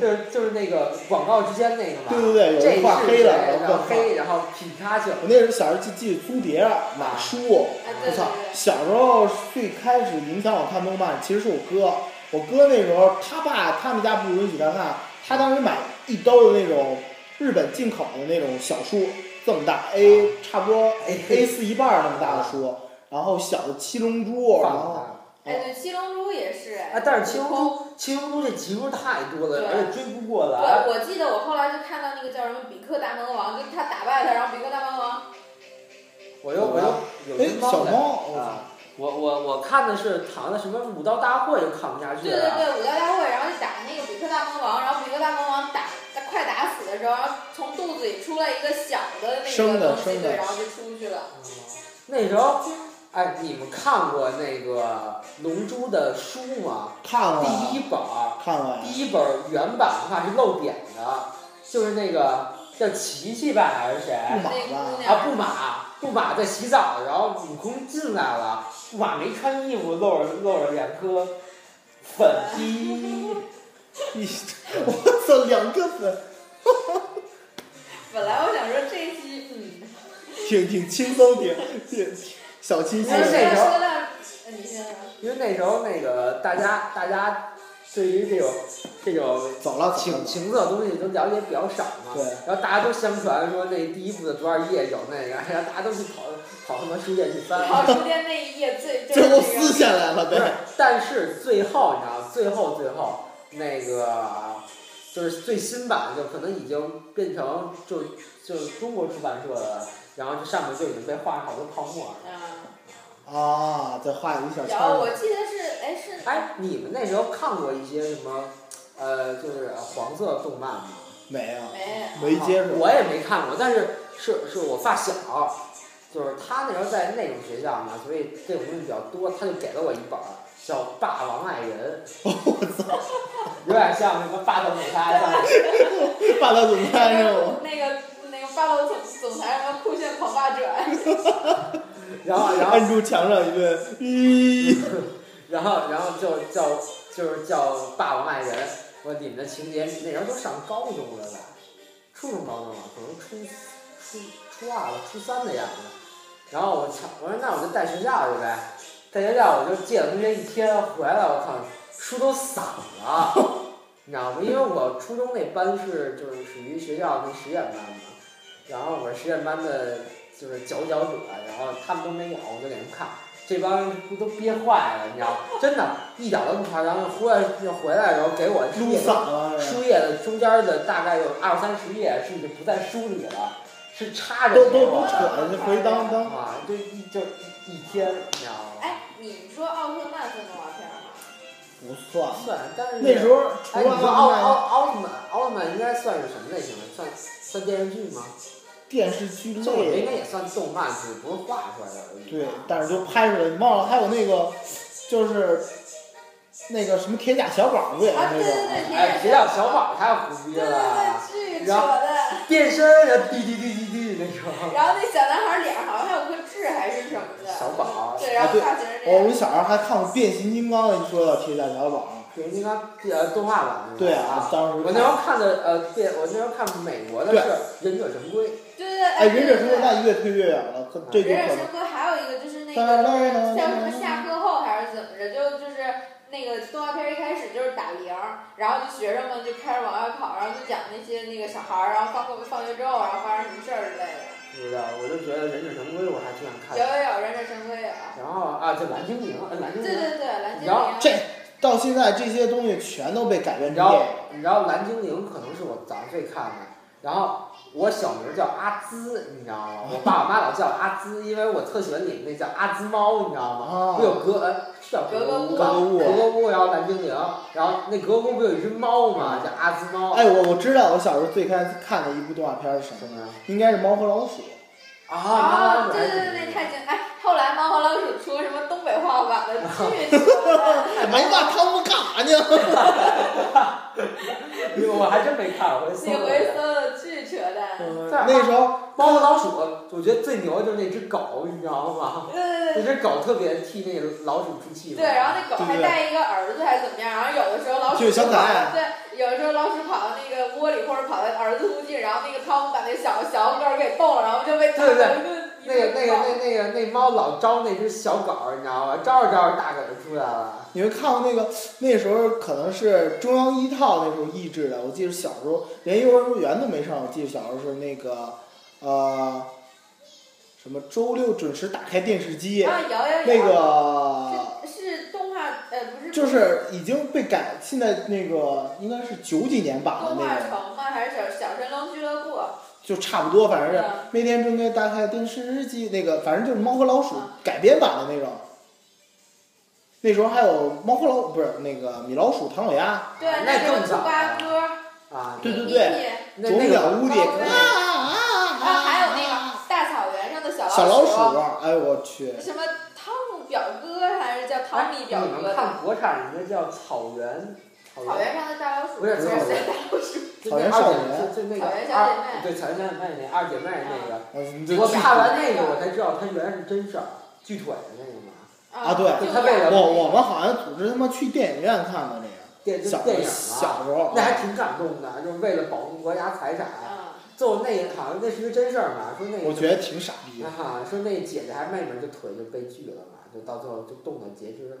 A: 就是就是那个广告之间那个嘛，
B: 对对对有一
A: 这
B: 画
A: 是
B: 黑了
A: 谁
B: 有一
A: 然
B: 画
A: 后黑，然后皮卡丘，
B: 我那时候小时候记记得租碟儿买书，
C: 哎，
B: 我
C: 对对
B: 操！
C: 对，
B: 小时候最开始影响我看动漫，其实是我哥。我哥那时候，他爸他们家不允许他看，他当时买一兜的那种日本进口的那种小书，这么大 A，差不多 A 四一半儿那么大的书，然后小的七龙珠，然后
A: 啊，
C: 哎，
B: 哦
C: 对，七龙珠也是，
B: 啊
C: 哎，
A: 但是七龙珠七龙珠这集数太多了，
C: 对
A: 而且追不过来。
C: 我我记得我后来就看到那个叫什么比克大魔王，就是他打败他，然后比克大魔王
A: 我又我又有
B: 哎
A: 一，猫
B: 小
A: 在
B: 猫，我操
A: 啊！我我我看的是好像什么武道大会看不下
B: 啊
A: 去
C: 对对
A: 了，
C: 对，武道大会，然后就打那个比克大魔王，然后比克大魔王打他快打死的时候，然后从肚子里出来一个小的那
B: 生的
C: 个东西，
B: 生的
C: 对，然后就出去了。
A: 嗯那时候哎，你们看过那个《龙珠》的书吗？
B: 看了，
A: 第一本儿，
B: 看了呀，
A: 第一本儿原版的话是漏点的，就是那个叫琪琪吧还是谁？
B: 不买
C: 那姑
B: 了，
C: 娘
A: 啊，布马，布马在洗澡，然后悟空进来了，布马没穿衣服，露着露着两颗粉滴。
B: 一我操，两个粉，
C: 本来我想说这一期，嗯，
B: 挺挺轻松，挺挺小清新
C: 哎，。
A: 那时候
C: 说到呃你先来。
A: 因为那时候那个大家大家对于这种这种
B: 走了，走了
A: 情情色东西都了解比较少嘛，
B: 对，
A: 然后大家都相传说那第一部的多少页有那个，然后大家都去跑跑他妈书店去翻
C: 然。后书店那一页最
B: 最后
C: 就是
B: 撕下来了
A: 不是
B: 呗。，
A: 但是最后你知道，最后最后那个就是最新版就可能已经变成就就是中国出版社的，然后这上面就已经被画上好多泡沫了。
C: 啊，
B: 啊，再画一个小圈
C: 然后我
B: 儿。
C: 记得是，哎是，
A: 哎，你们那时候看过一些什么，呃，就是黄色动漫吗？
B: 没有，
C: 没，啊
B: 没接触。
A: 我也没看过，但是是是我发小，就是他那时候在那种学校嘛，所以这种东西比较多，他就给了我一本儿叫《霸王爱人》，
B: 我操，
A: 有点像什么霸道总裁啊像
B: 霸道总裁
C: 那
B: 任务
C: 个。那个那个霸道总总裁什么酷炫狂霸转，
A: 然后 然后
B: 按住墙上一顿，咦，
A: 然后然后就叫就是叫《霸王爱人》，我里面的情节那时候都上高中了吧，初中高中了，可能初初初二了，初三的样子。然后我操，我说那我就带学校去呗，带学校我就借了同学一天回来，我靠，书都散了，你知道吗？因为我初中那班是就是属于学校那实验班嘛，然后我是实验班的就是佼佼者，然后他们都没有，我就给他们看。这帮人都憋坏了，你知道吗？真的，一点都不夸张。忽然就回来的时候，给我
B: 撸散了是吧
A: 书页的中间的大概有二三十页是已经不在书里了，是插着
B: 都都
A: 给
B: 不
A: 我
B: 扯
A: 的
B: 了，就回当当。
A: 啊，就一就一一天，你知道吗？
C: 哎，你说奥特曼算动画片吗？
B: 不算。
A: 算，但是
B: 那时候除
A: 哎，你
B: 了
A: 说奥奥
B: 奥
A: 奥特曼，奥特曼应该算是什么类型的？算算电视剧吗？
B: 电视剧
A: 这我觉得应
B: 类，
A: 该也算动漫，只不过画出来的而已。
B: 对，但是就拍出来，你忘了还有那个，就是那个什么铁甲小宝不也是
C: 啊，
B: 那
C: 对对对，
B: 个？
C: 铁
A: 哎，
C: 血
A: 谁叫小宝太胡逼
C: 对对
A: 了，
C: 对，巨扯的。
A: 变身然后滴滴滴滴滴那种。
C: 然后那小男孩脸上好像还有颗痣还是什么的，
A: 小宝
C: 对，然后发型是
B: 啊哦
C: 这
B: 我
C: 样，
B: 们小时候还看过变形金刚呢，你说到铁甲小宝，
A: 变形金刚呃动画版那种
B: 对
A: 啊
B: 啊，，当时
A: 我那时候看的呃变，我那时候看美国的是忍者神龟，
C: 对对对，
B: 哎，
C: 对
B: 忍者神龟
C: 对
B: 那越推越远了，可这就可
C: 忍
B: 能
C: 者神龟还有一个就是那
B: 当然
C: 个
B: 当然当然
C: 叫什么下课后还是怎么着，就就是那个动画片一开始就是打铃儿，然后就学生们就开始往外跑，然后就讲那些那个小孩儿，然后放过放学之后，然后发生什么事儿之类的。
A: 不知道，我就觉得忍者神龟我还挺想看
C: 有
A: 的。
C: 有有，忍者神龟有。
A: 然后啊，就蓝精灵，呃蓝精
C: 对
A: 灵，
C: 对对，蓝精
A: 然后
C: 灵。
B: 这到现在这些东西全都被改编
A: 你知道
B: 成电影，
A: 你知道蓝精灵可能是我早上最看的，然后我小名叫阿兹，你知道吗？我爸我妈老叫我阿兹，因为我特喜欢里面那叫阿兹猫，你知道吗
B: 哦？
A: 不有格呃是叫格格巫
C: 格格
B: 巫
A: 吧格格巫，然后蓝精灵，然后那格格巫不有一只猫吗？叫阿兹猫。
B: 哎，我我知道，我小时候最开始看的一部动画片是什
A: 什
B: 么？
A: 么呀？
B: 应该是《猫和老鼠》。
A: 啊，
C: 哦，
A: 猫
C: 对
B: 啊
C: 对对，那太经哎，后来猫和老鼠出什么东北话版的， 巨扯淡。
B: 哎妈，那他们干啥呢？
A: 哎我还真没看，我回搜
C: 你
A: 了
C: 回搜的巨扯
B: 嗯
C: 淡。
B: 那时候
A: 猫和老鼠，我觉得最牛的就是那只狗，你知道吗？
C: 对对对
A: 那只狗特别替那个老鼠出气嘛。
C: 对，然后那狗
B: 对
C: 还
B: 对对
C: 带一个儿子还是怎么样，然后有的时候老鼠
B: 就是小
C: 跑到
B: 崽
C: 对，有的时候老鼠跑到那个窝里或者跑到儿子附近，然后那个汤姆把那小小狗给冻了，然后就被
A: 对对对
C: 对
A: 那个、那个、那那个、那猫老招那只小狗，你知道吗？招着招着，大狗就出来了。
B: 你们看过那个？那时候可能是中央一套那时候译制的，我记得小时候连幼儿园都没上，我记得小时候是那个，呃，什么周六准时打开电视机，
C: 啊摇摇摇，
B: 那个
C: 是是动画呃不是
B: 就是已经被改，现在那个应该是九几年版的
C: 动
B: 啊那
C: 画
B: 个，
C: 城吗？还是小小神龙俱乐部？
B: 就差不多，反正是
A: 啊
C: 嗯
B: 那天正在打开电视机，那个反正就是《猫和老鼠》
A: 啊
B: 改编版的那种。那时候还有猫和老不是那个米老鼠、唐老鸭，
C: 对，
A: 那
C: 时候
A: 更
C: 猪
A: 早
C: 八哥，
A: 啊！
B: 对对
C: 米
B: 对
C: 米
A: 那
B: 总
A: 那个
B: 表屋里
C: 猫跟
B: 啊啊
C: 然后还有那个大草原上的小
B: 小老
C: 老
B: 鼠，
A: 啊
B: 哎呦我去，
C: 什么汤姆表哥还是叫汤米表
A: 你
C: 哥
A: 们
C: 的？
A: 看国产人家叫草原，草
C: 草原上的大老鼠，
A: 不是
C: 就
A: 草原
C: 大老鼠。
A: 就
B: 草
A: 那
B: 原
A: 二姐就就那个
B: 少年
C: 草原小姐妹啊
A: 二对草原小姐妹那二姐妹那个，
B: 嗯这
A: 我
B: 剧
A: 看完那个我才知道它原来是真事儿，锯腿的那个嘛。
B: 啊对
A: 就他为了
B: 我我们好像组织他妈去电影院看的那个，
A: 电就
B: 小
A: 电影嘛，啊
B: 小时候啊
A: 那还挺感动的，就是为了保护国家财产，
C: 啊，
A: 最后那好像那是一个真事儿嘛，说那个
B: 我觉得挺傻逼的
A: 啊。哈，说那姐姐还妹妹就腿就被锯了嘛，就到最后就动了截肢了。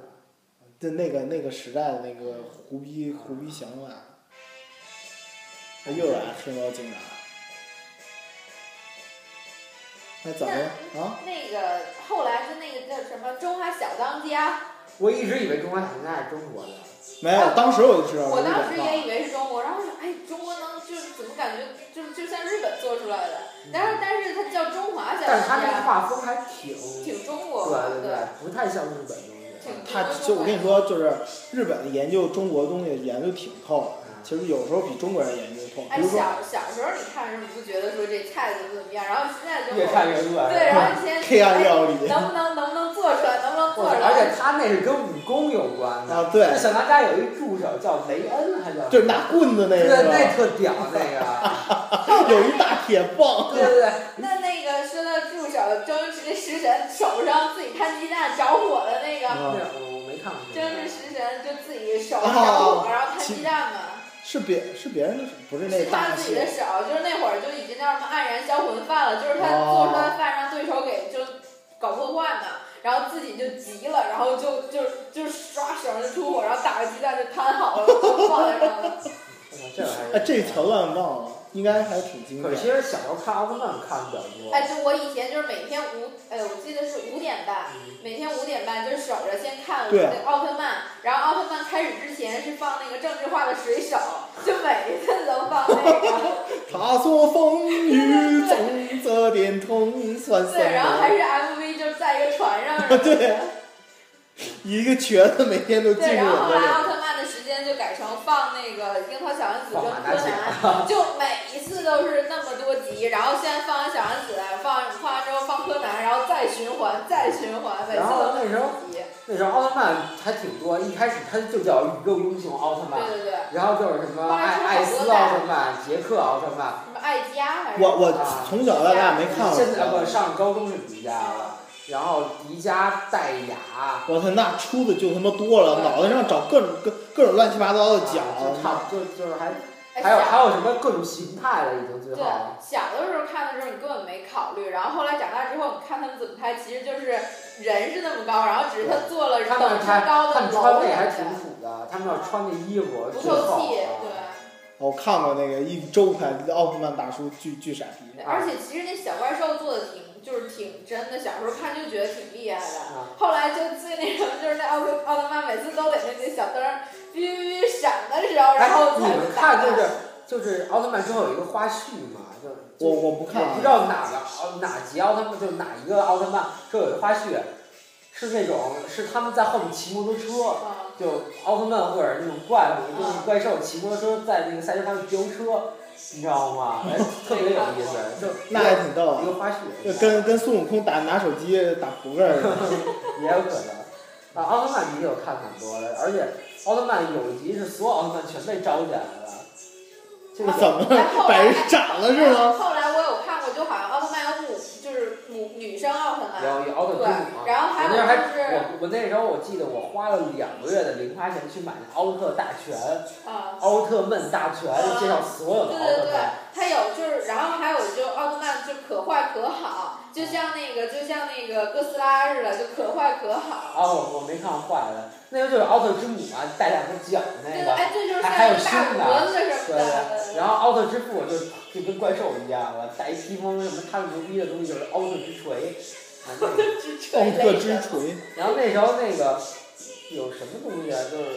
B: 就那个那个时代的那个胡逼胡逼想法，他又
C: 嗯
B: 来黑猫警长。那怎么了啊？
C: 那个后来是那个叫什么《中华小当家
A: 我一直以为中华小当家是中国的，
B: 没有，当时我就知》，道
C: 我
B: 是日
C: 当时
B: 本的。
C: 也以为是中国，然后我说哎，中国能就是怎么感觉就就像日本做出来的，
B: 嗯
C: 但是但是它叫中华小
A: 但是他
C: 当
A: 那个
C: 家，
A: 画风还挺，对
C: 挺中国
A: 对
C: 的，
A: 对，不太像日本东西。
C: 挺
B: 他就我跟你说，就是日本的研究中国东西研究挺透的，
A: 嗯
B: 其实有时候比中国人研究透。
C: 哎，
B: 比如说，
C: 小小时候你看的时候你不觉得说这菜怎么怎么样，然后现在就
A: 越看越饿。
C: 对，然后你现在
B: 黑暗料理
C: 能不能能不能做出来，能不能做出来？
A: 而且他那是跟武功有关的。
B: 啊，对
A: 那，小当家有一助手叫雷恩，还叫
B: 就是拿棍子那
A: 对，
B: 个是吧
A: 那特屌 那
B: 有一大铁棒。
A: 个，对对对，
C: 那那个说到助手，周星驰那食神手上自己摊鸡蛋着火的那个，
A: 那
B: 啊，
A: 我我没看过这
C: 周
A: 个。
C: 星驰食神就自己手上着火，然后摊鸡蛋嘛，
B: 是别是别人的手，不是哦那
C: 是他
B: 大
C: 自己的
B: 蟹。
C: 手，就是那会儿就已经叫什么黯然销魂饭了，就是他做出来
B: 哦
C: 的饭让对手给就搞破坏嘛。然后自己就急了，然后就就就刷手上就出火，然后打个鸡蛋就摊好了，就放在上了。
A: 嗯这个还是
B: 哎，这桥段忘了，应该还挺经
A: 可
B: 典
A: 是。其实小时候看奥特曼看的比较多。
C: 哎，就我以前就是每天五，哎，我记得是五点半，每天五点半就守着先看
B: 对啊
C: 那奥特曼，然后奥特曼开始之前是放那个郑智化的水手，就每一次都放那个，
B: 他说风雨中这点痛算什
C: 对，然后还
B: 么？
C: 是 MV 就是在一个船上，然后
B: 对一个瘸子每天都进
C: 对，
B: 入
C: 然后
B: 我
C: 后
B: 们
C: 来奥
B: 这
C: 特曼的时间就改成放那个樱桃小丸子跟
A: 放马达啊
C: 柯南，就每一次都是那么多集，然后先放完小丸子，放放完之后放柯南，然后再循环，再循环，每次
A: 然后
C: 都
A: 那时候
C: 是集，
A: 那时候奥特曼还挺多，一开始他就叫宇宙英雄奥特曼，
C: 对对对。
A: 然后就是什么
C: 后来
A: 艾艾
C: 出了好
A: 斯
C: 多
A: 奥
C: 代
A: 特曼、杰克奥特曼，
C: 什么爱家还是
B: 我我从小到大没看过。
A: 现在不上高中是迪迦了，然后迪迦、戴雅，
B: 我操，那出的就他妈多了，
A: 对
B: 脑袋上找各种各各种乱七八糟的角
A: 啊就，差就就是还
C: 哎
A: 还有
C: 小
A: 还有什么各种形态了，已经最
C: 对
A: 后。
C: 小的时候看的时候你根本没考虑，然后后来长大之后你看他们怎么拍，其实就是人是那么高，然后只是他做了
A: 他们
C: 等
A: 还
C: 身高
A: 他
C: 的
A: 们穿
C: 楼
A: 那还
C: 什
A: 挺
C: 么
A: 土的，他们要穿那衣服
C: 的，不
A: 最
C: 透
A: 厚
C: 气，
A: 啊。
C: 对。
B: 我看过那个一周刊，奥特曼大叔巨巨傻逼。
A: 嗯
C: 对而且其实那小怪兽做的挺就是挺真的，小时候看就觉得挺厉害的。
A: 啊，
C: 后来就最那什么，就是那奥特奥特曼每次都得那那小灯儿哔哔哔闪的时候，然后
A: 哎，你
C: 才
A: 们
C: 打
A: 看就是就是奥特曼最后有一个花絮嘛，就
B: 我
A: 就
B: 我不看
A: 我不知
B: 啊，
A: 道哪个奥哪集奥特曼，就哪一个奥特曼，这有一个花絮，是那种是他们在后面骑摩托车，
C: 嗯
A: 就奥特曼或者那种怪物，就是
C: 嗯
A: 怪兽骑摩托车在那个赛车场上飙车，你知道吗？哎特别有意思，就
B: 那还挺逗
A: 一
B: 啊，
A: 个花絮，
B: 就跟跟孙悟空打拿手机打扑克似的。
A: 也有可能。啊，奥特曼集我看很多的，而且奥特曼有一集是所有奥特曼全被招起来了，这个
B: 怎么
C: 然后后
B: 把人
C: 来
B: 斩了是吗？
C: 后来我有看过，就好像奥特曼有母，就是母女生奥特曼，
A: 有有奥特
C: 呃对
A: 之母啊。，
C: 然后
A: 我
C: 还
A: 那
C: 有
A: 时候还
C: 就是
A: 我我那时候我记得我花了两个月的零花钱去买那奥特大全、
C: 啊，
A: 奥特曼大全，介绍所有
C: 对
A: 的奥
C: 呃对
A: 特
C: 对
A: 曼。，
C: 它有就是，然后还有就奥特曼就可坏可好，就像那个就像那个哥斯拉似的，就可坏可好。
A: 哦，我没看坏的，那个就是奥特之母啊，带两个脚的
C: 对
A: 那
C: 对，
A: 个。
C: 哎，这就是
A: 还还有
C: 像
A: 新
C: 个
A: 的
C: 大脖子什
A: 对
C: 么的。
A: 对，然后奥特之父就就跟怪兽一样了，带一披风什么，他们牛逼的东西就是奥特之锤，啊那个
C: 之锤
B: 奥
C: 类
B: 特之
C: 的
B: 锤，
A: 然后那时候那个有什么东西啊，就是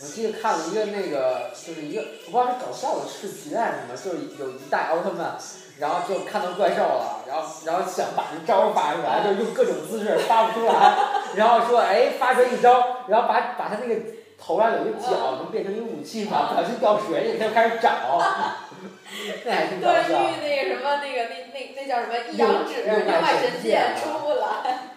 A: 我记得看了一个那个，就是一个我不知道是搞笑的视频还是什么，就是有一代奥特曼，然后就看到怪兽了，然后然后想把这招发出来，就用各种姿势发不出来，然后说哎发出来一招，然后把把他那个头上有一个角能变成一个武器嘛，不小心掉水里，他就开始找，那还挺搞
C: 段
A: 笑。
C: 誉那个什么那个那那那叫什么一
A: 六
C: 阳指
A: 六
C: 六
A: 脉
C: 脉
A: 神
C: 神
A: 剑
C: 剑出不来。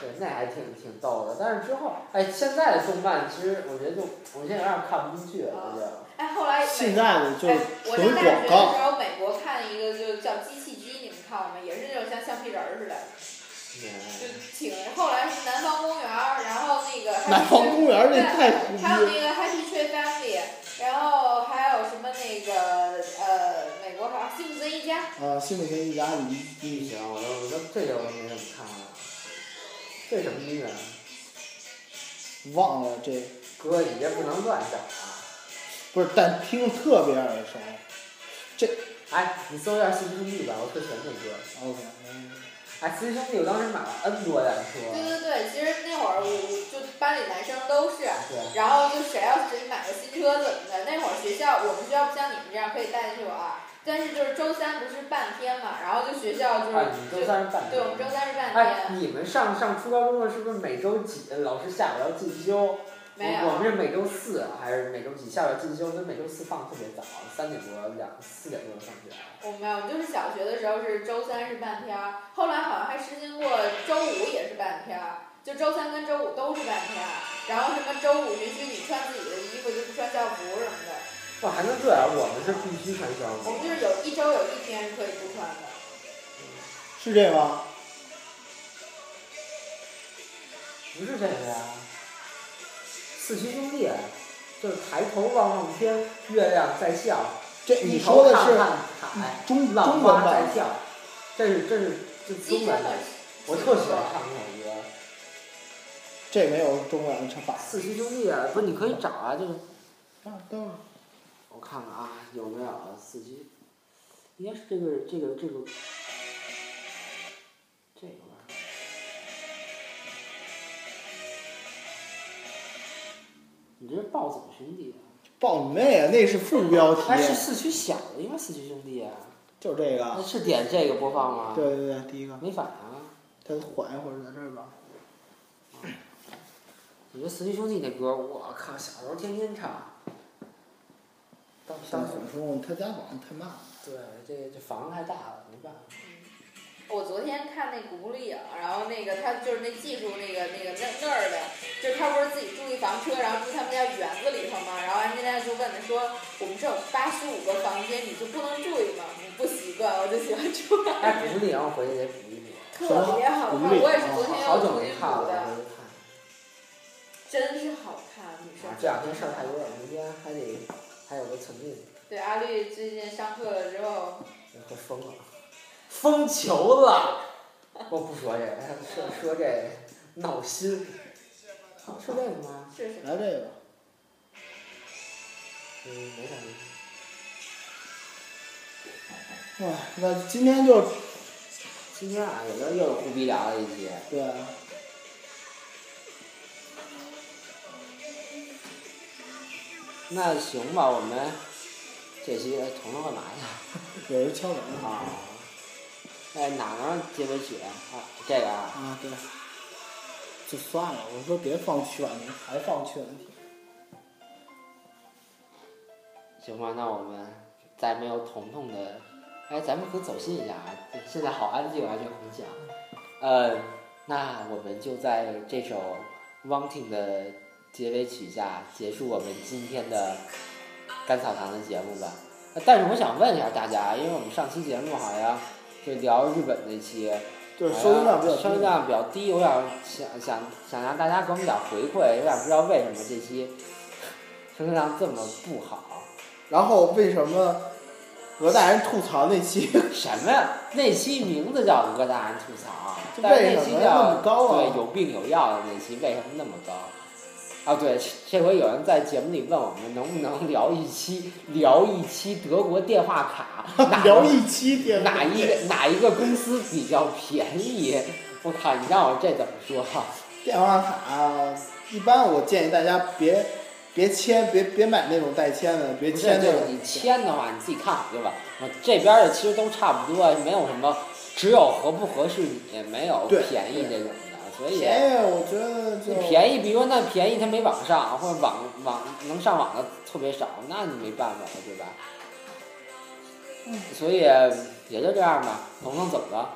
A: 对，那还挺挺逗的。但是之后，哎，现在的动漫其实我觉得就我现在有点看不进去了，我觉得。
C: 哎，后来
B: 现在的就是
C: 哎，我
B: 纯
C: 上大学
B: 广
C: 的
B: 告。
C: 时候，美国看一个就叫《机器鸡》，你们看过吗？也是那种像橡皮人儿似的，就
A: 嗯
C: 挺。后来是南方公园儿，然后那个还
B: 南
C: 是
B: 方公园那太胡逼
C: 还有
B: 了。
C: 那个 Happy Tree Family，然后还有什么那个呃，美国还有
B: 啊新那天一家一
A: 不
B: 一
A: 行，我都我都这个我没怎么看了。这什么啊音乐？
B: 忘了这
A: 哥，你这不能乱整啊！
B: 不是，但听着特别耳熟。
A: 哎，你搜一下四驱兄弟吧，我特喜欢这歌。
B: OK，
A: 哎，四驱兄弟我当时买了 N 多辆
C: 对
A: 车，
C: 对对，其实那会儿我就班里男生都是，
A: 对，
C: 然后就谁要是买个新车怎么的，那会儿学校我们学校不像你们这样可以带进去玩，但是就是周三不是半天嘛，然后就学校就是、
A: 啊，你周三是半
C: 对我们周
A: 天。
C: 三是半
A: 哎，
C: 天，
A: 你们上上初高中的是不是每周几老师下午要进修？
C: 没
A: 我我
C: 有
A: 们是每周四还是每周几下午要进修？跟每周四放特别早，三点多两四点多就上学了。
C: 我们没有，我们就是小学的时候是周三是半天儿，后来好像还实行过周五也是半天儿，就周三跟周五都是半天儿，然后什么周五允许你穿自己的衣服，就不穿校服什么的，
A: 哇，哦还能这样？我们是必须穿校服。
C: 我们就是有一周有一天是可以不穿的。
B: 是这个吗？
A: 不是这个呀，四驱兄弟，就是抬头望望天，月亮在笑，
B: 这
A: 低
B: 你
A: 头
B: 说的
A: 看
B: 是
A: 看海，
B: 中
A: 浪
B: 中文
A: 花
B: 版
A: 在，笑，这是这是这是
C: 机
A: 中
C: 车
A: 文
C: 可
A: 的
C: 是，
A: 我特喜欢唱这首歌。
B: 这没有中文唱法。
A: 四驱兄弟啊，不是你可以找啊，就是
B: 啊，等会儿
A: 我看看啊，有没有啊四驱？应该是这个这个这个这个吧。你这是暴走兄弟啊！
B: 报你妹啊！那是副标题，
A: 哎，是四驱响的，应该四驱兄弟啊。
B: 就是这
A: 那
B: 个。
A: 是点这个播放吗？
B: 对，对对，第一个，
A: 没反应啊。
B: 他缓一会儿在这儿吧。
A: 你说四驱兄弟那歌，我靠，小时候天天唱。当
B: 像
A: 当时
B: 小时候他家网太慢了。
A: 对，这这房子太大了，没办法。
C: 我昨天看那古力影，然后那个他就是那技术那个那个那那儿的，就是他不是自己住一房车，然后住他们家园子里头嘛，然后安吉拉就问他说，我们这有八十五个房间，你就不能住一吗？我不习惯，我就喜欢住外
A: 哎，
C: 面，
A: 补领，我回去得补一补。
C: 特别好看，
B: 古力
C: 我也是昨天
A: 好
C: 又
A: 久
C: 重
A: 没
C: 新
A: 看
C: 补
A: 了，
C: 的，
A: 回去看。
C: 真是好看，女生
A: 啊，。这两天事儿太多了，明天还得还有个存进，
C: 对阿绿最近上课了之后，
A: 要快疯了，疯球了。我不说这个，说说这闹心。是这个吗？
C: 是什么？
B: 来这个，
A: 嗯，没啥意思。
B: 哇，那今天就
A: 今天啊，有个又是胡逼聊了一集，
B: 对，
A: 那行吧，我们这期哎彤彤干嘛去？
B: 有人敲门了。
A: 啊，哎，哪能结尾曲啊？这个啊，
B: 啊，对，就算了，我说别放曲婉婷，还放曲婉婷。
A: 行吧，那我们在没有彤彤的，哎，咱们可以走心一下啊！现在好安静啊，这个空气啊。呃，那我们就在这首《Wanting》的结尾曲下结束我们今天的甘草堂的节目吧。呃但是我想问一下大家，因为我们上期节目好像就聊日本那期，
B: 对，收音量比较低。
A: 收音量比较低，我想想想想让大家给我们点回馈，有点不知道为什么这期收音量这么不好。
B: 然后为什么鹅大人吐槽那期
A: 什么呀？那期名字叫《鹅大人吐槽》，
B: 这
A: 但是那
B: 为
A: 期
B: 什么
A: 叫
B: 那么高啊
A: 对，有病有药的那期为什么那么高？啊，对，这这回有人在节目里问我们能不能聊一期聊一期德国电话 卡，哪
B: 聊一期电
A: 哪一个哪一个公司比较便宜？我靠，你让我这怎么说？啊
B: 电话卡？一般我建议大家别别签，别别买那种带签的，别
A: 不是，
B: 签那
A: 就是
B: 种
A: 你。签的话，你自己看好就完。我这边的其实都差不多，没有什么，只有合不合适你，没有
B: 对
A: 便宜这种的，所以。
B: 便宜，哎我觉得就
A: 你便宜，比如说那便宜它没网上，或者网网能上网的特别少，那你没办法了，对吧？
B: 嗯
A: 所以也就这样吧。彤彤怎么了？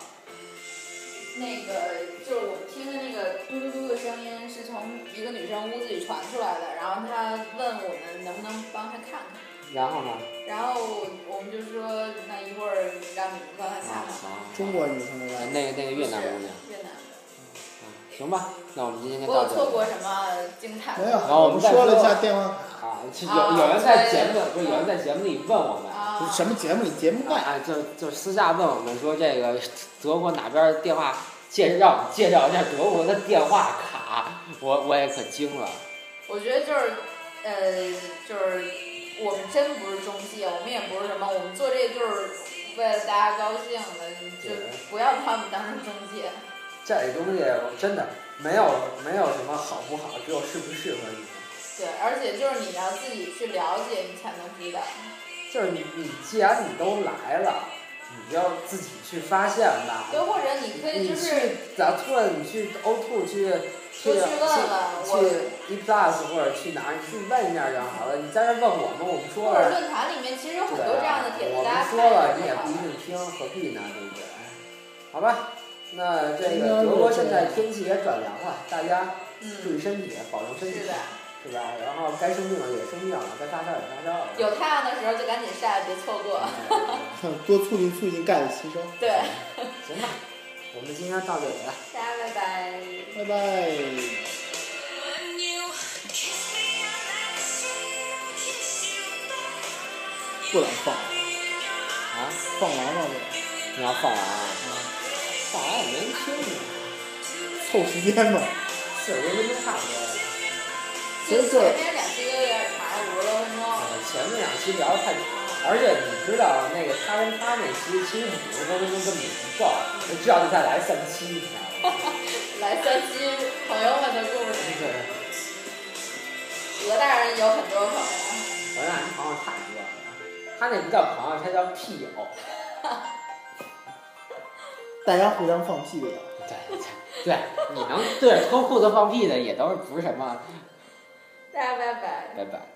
C: 那个就是我听的那个嘟嘟嘟的声音是从一个女生屋子里传出来的，然后她问我们能不能帮她看看，
A: 然后呢？
C: 然后我们就说那一会儿让你们帮她看看。
B: 中国女生的吧
A: 呃。啊那个那个越南姑娘，
C: 越南，
A: 啊行吧，那我们今天就
C: 我
A: 到
C: 有
A: 这
C: 错
A: 里。啊
C: 过什么精彩？
B: 没有，
A: 然后我
B: 哎我
A: 们
B: 们
A: 再
B: 说了一
A: 说
B: 下电话卡。
A: 啊，这
C: 啊
A: 有有人在
C: 对
A: 节目不是有人在节目里问我们，啊
C: 啊，
B: 什么节目？你节目外，
D: 哎，就就私下问我们说这个德国哪边电话介绍，让我们介绍一下德国的电话卡，我我也可惊了。
C: 我觉得就是，呃，就是我们真不是中介，我们也不是什么，我们做这就是为了大家高兴的，你就
A: 对
C: 不要把我们当成中介。
A: 这东西我真的没有没有什么好不好，只有适不适合你。
C: 对，而且就是你要自己去了解，你才能知道。
A: 就是你你既然你都来了，你就要自己去发现吧。
C: 对，或者你可以
A: 你
C: 就是
A: 去咱突然你去 O two 去去
C: 多去问问我，
A: 去 E plus 或者去哪儿去问一下就好了。你在这问我们，我们说
C: 或者
A: 了，
C: 论坛里面其实有
A: 对啊
C: 很多这样的帖
A: 我
C: 子，
A: 们
C: 大家
A: 说了你
C: 看一
A: 也
C: 下就好
A: 不一定听，何必
C: 了。
A: 呢？对不对？好吧，那这
B: 应
A: 个
B: 该
A: 德
B: 是
A: 国现
B: 这
A: 在
B: 样
A: 天气也转凉了，大家注
C: 嗯，
A: 意身体，保重身体
C: 是，的，
A: 是吧？然后该生病了也生病了，该发烧也发烧了。
C: 有太阳的时候就赶紧晒，别错过。
A: 嗯
B: 多促进促进钙的吸收。
C: 对，
A: 行吧，我们今天到这里了。
C: 大家拜拜。
B: 拜拜。
E: When you kiss me, I like to kiss you back.
B: 不能放，
D: 啊，
B: 放完了
D: 你要放完啊？
B: 得
D: 放完也没人听你。
B: 凑时间嘛。
A: 四十多分钟差不多了。
C: 就前面两期都有点长，五十多分钟。
A: 呃，前面两期聊的太，而且你知道那个他跟他那期，其实五十多分钟根本不够，我知道就再来三期，你知道吗？
C: 来三期朋友们的故
A: 那
C: 事，
A: 个
C: 鹅大人有很多朋友，
A: 我让人朋友太多了，他那不叫朋友，他叫屁友。
B: 大家互相放屁的呀。
D: 对对对，你能对着脱裤子放屁的也都是不是什么？
C: 大家拜拜。
D: 拜拜。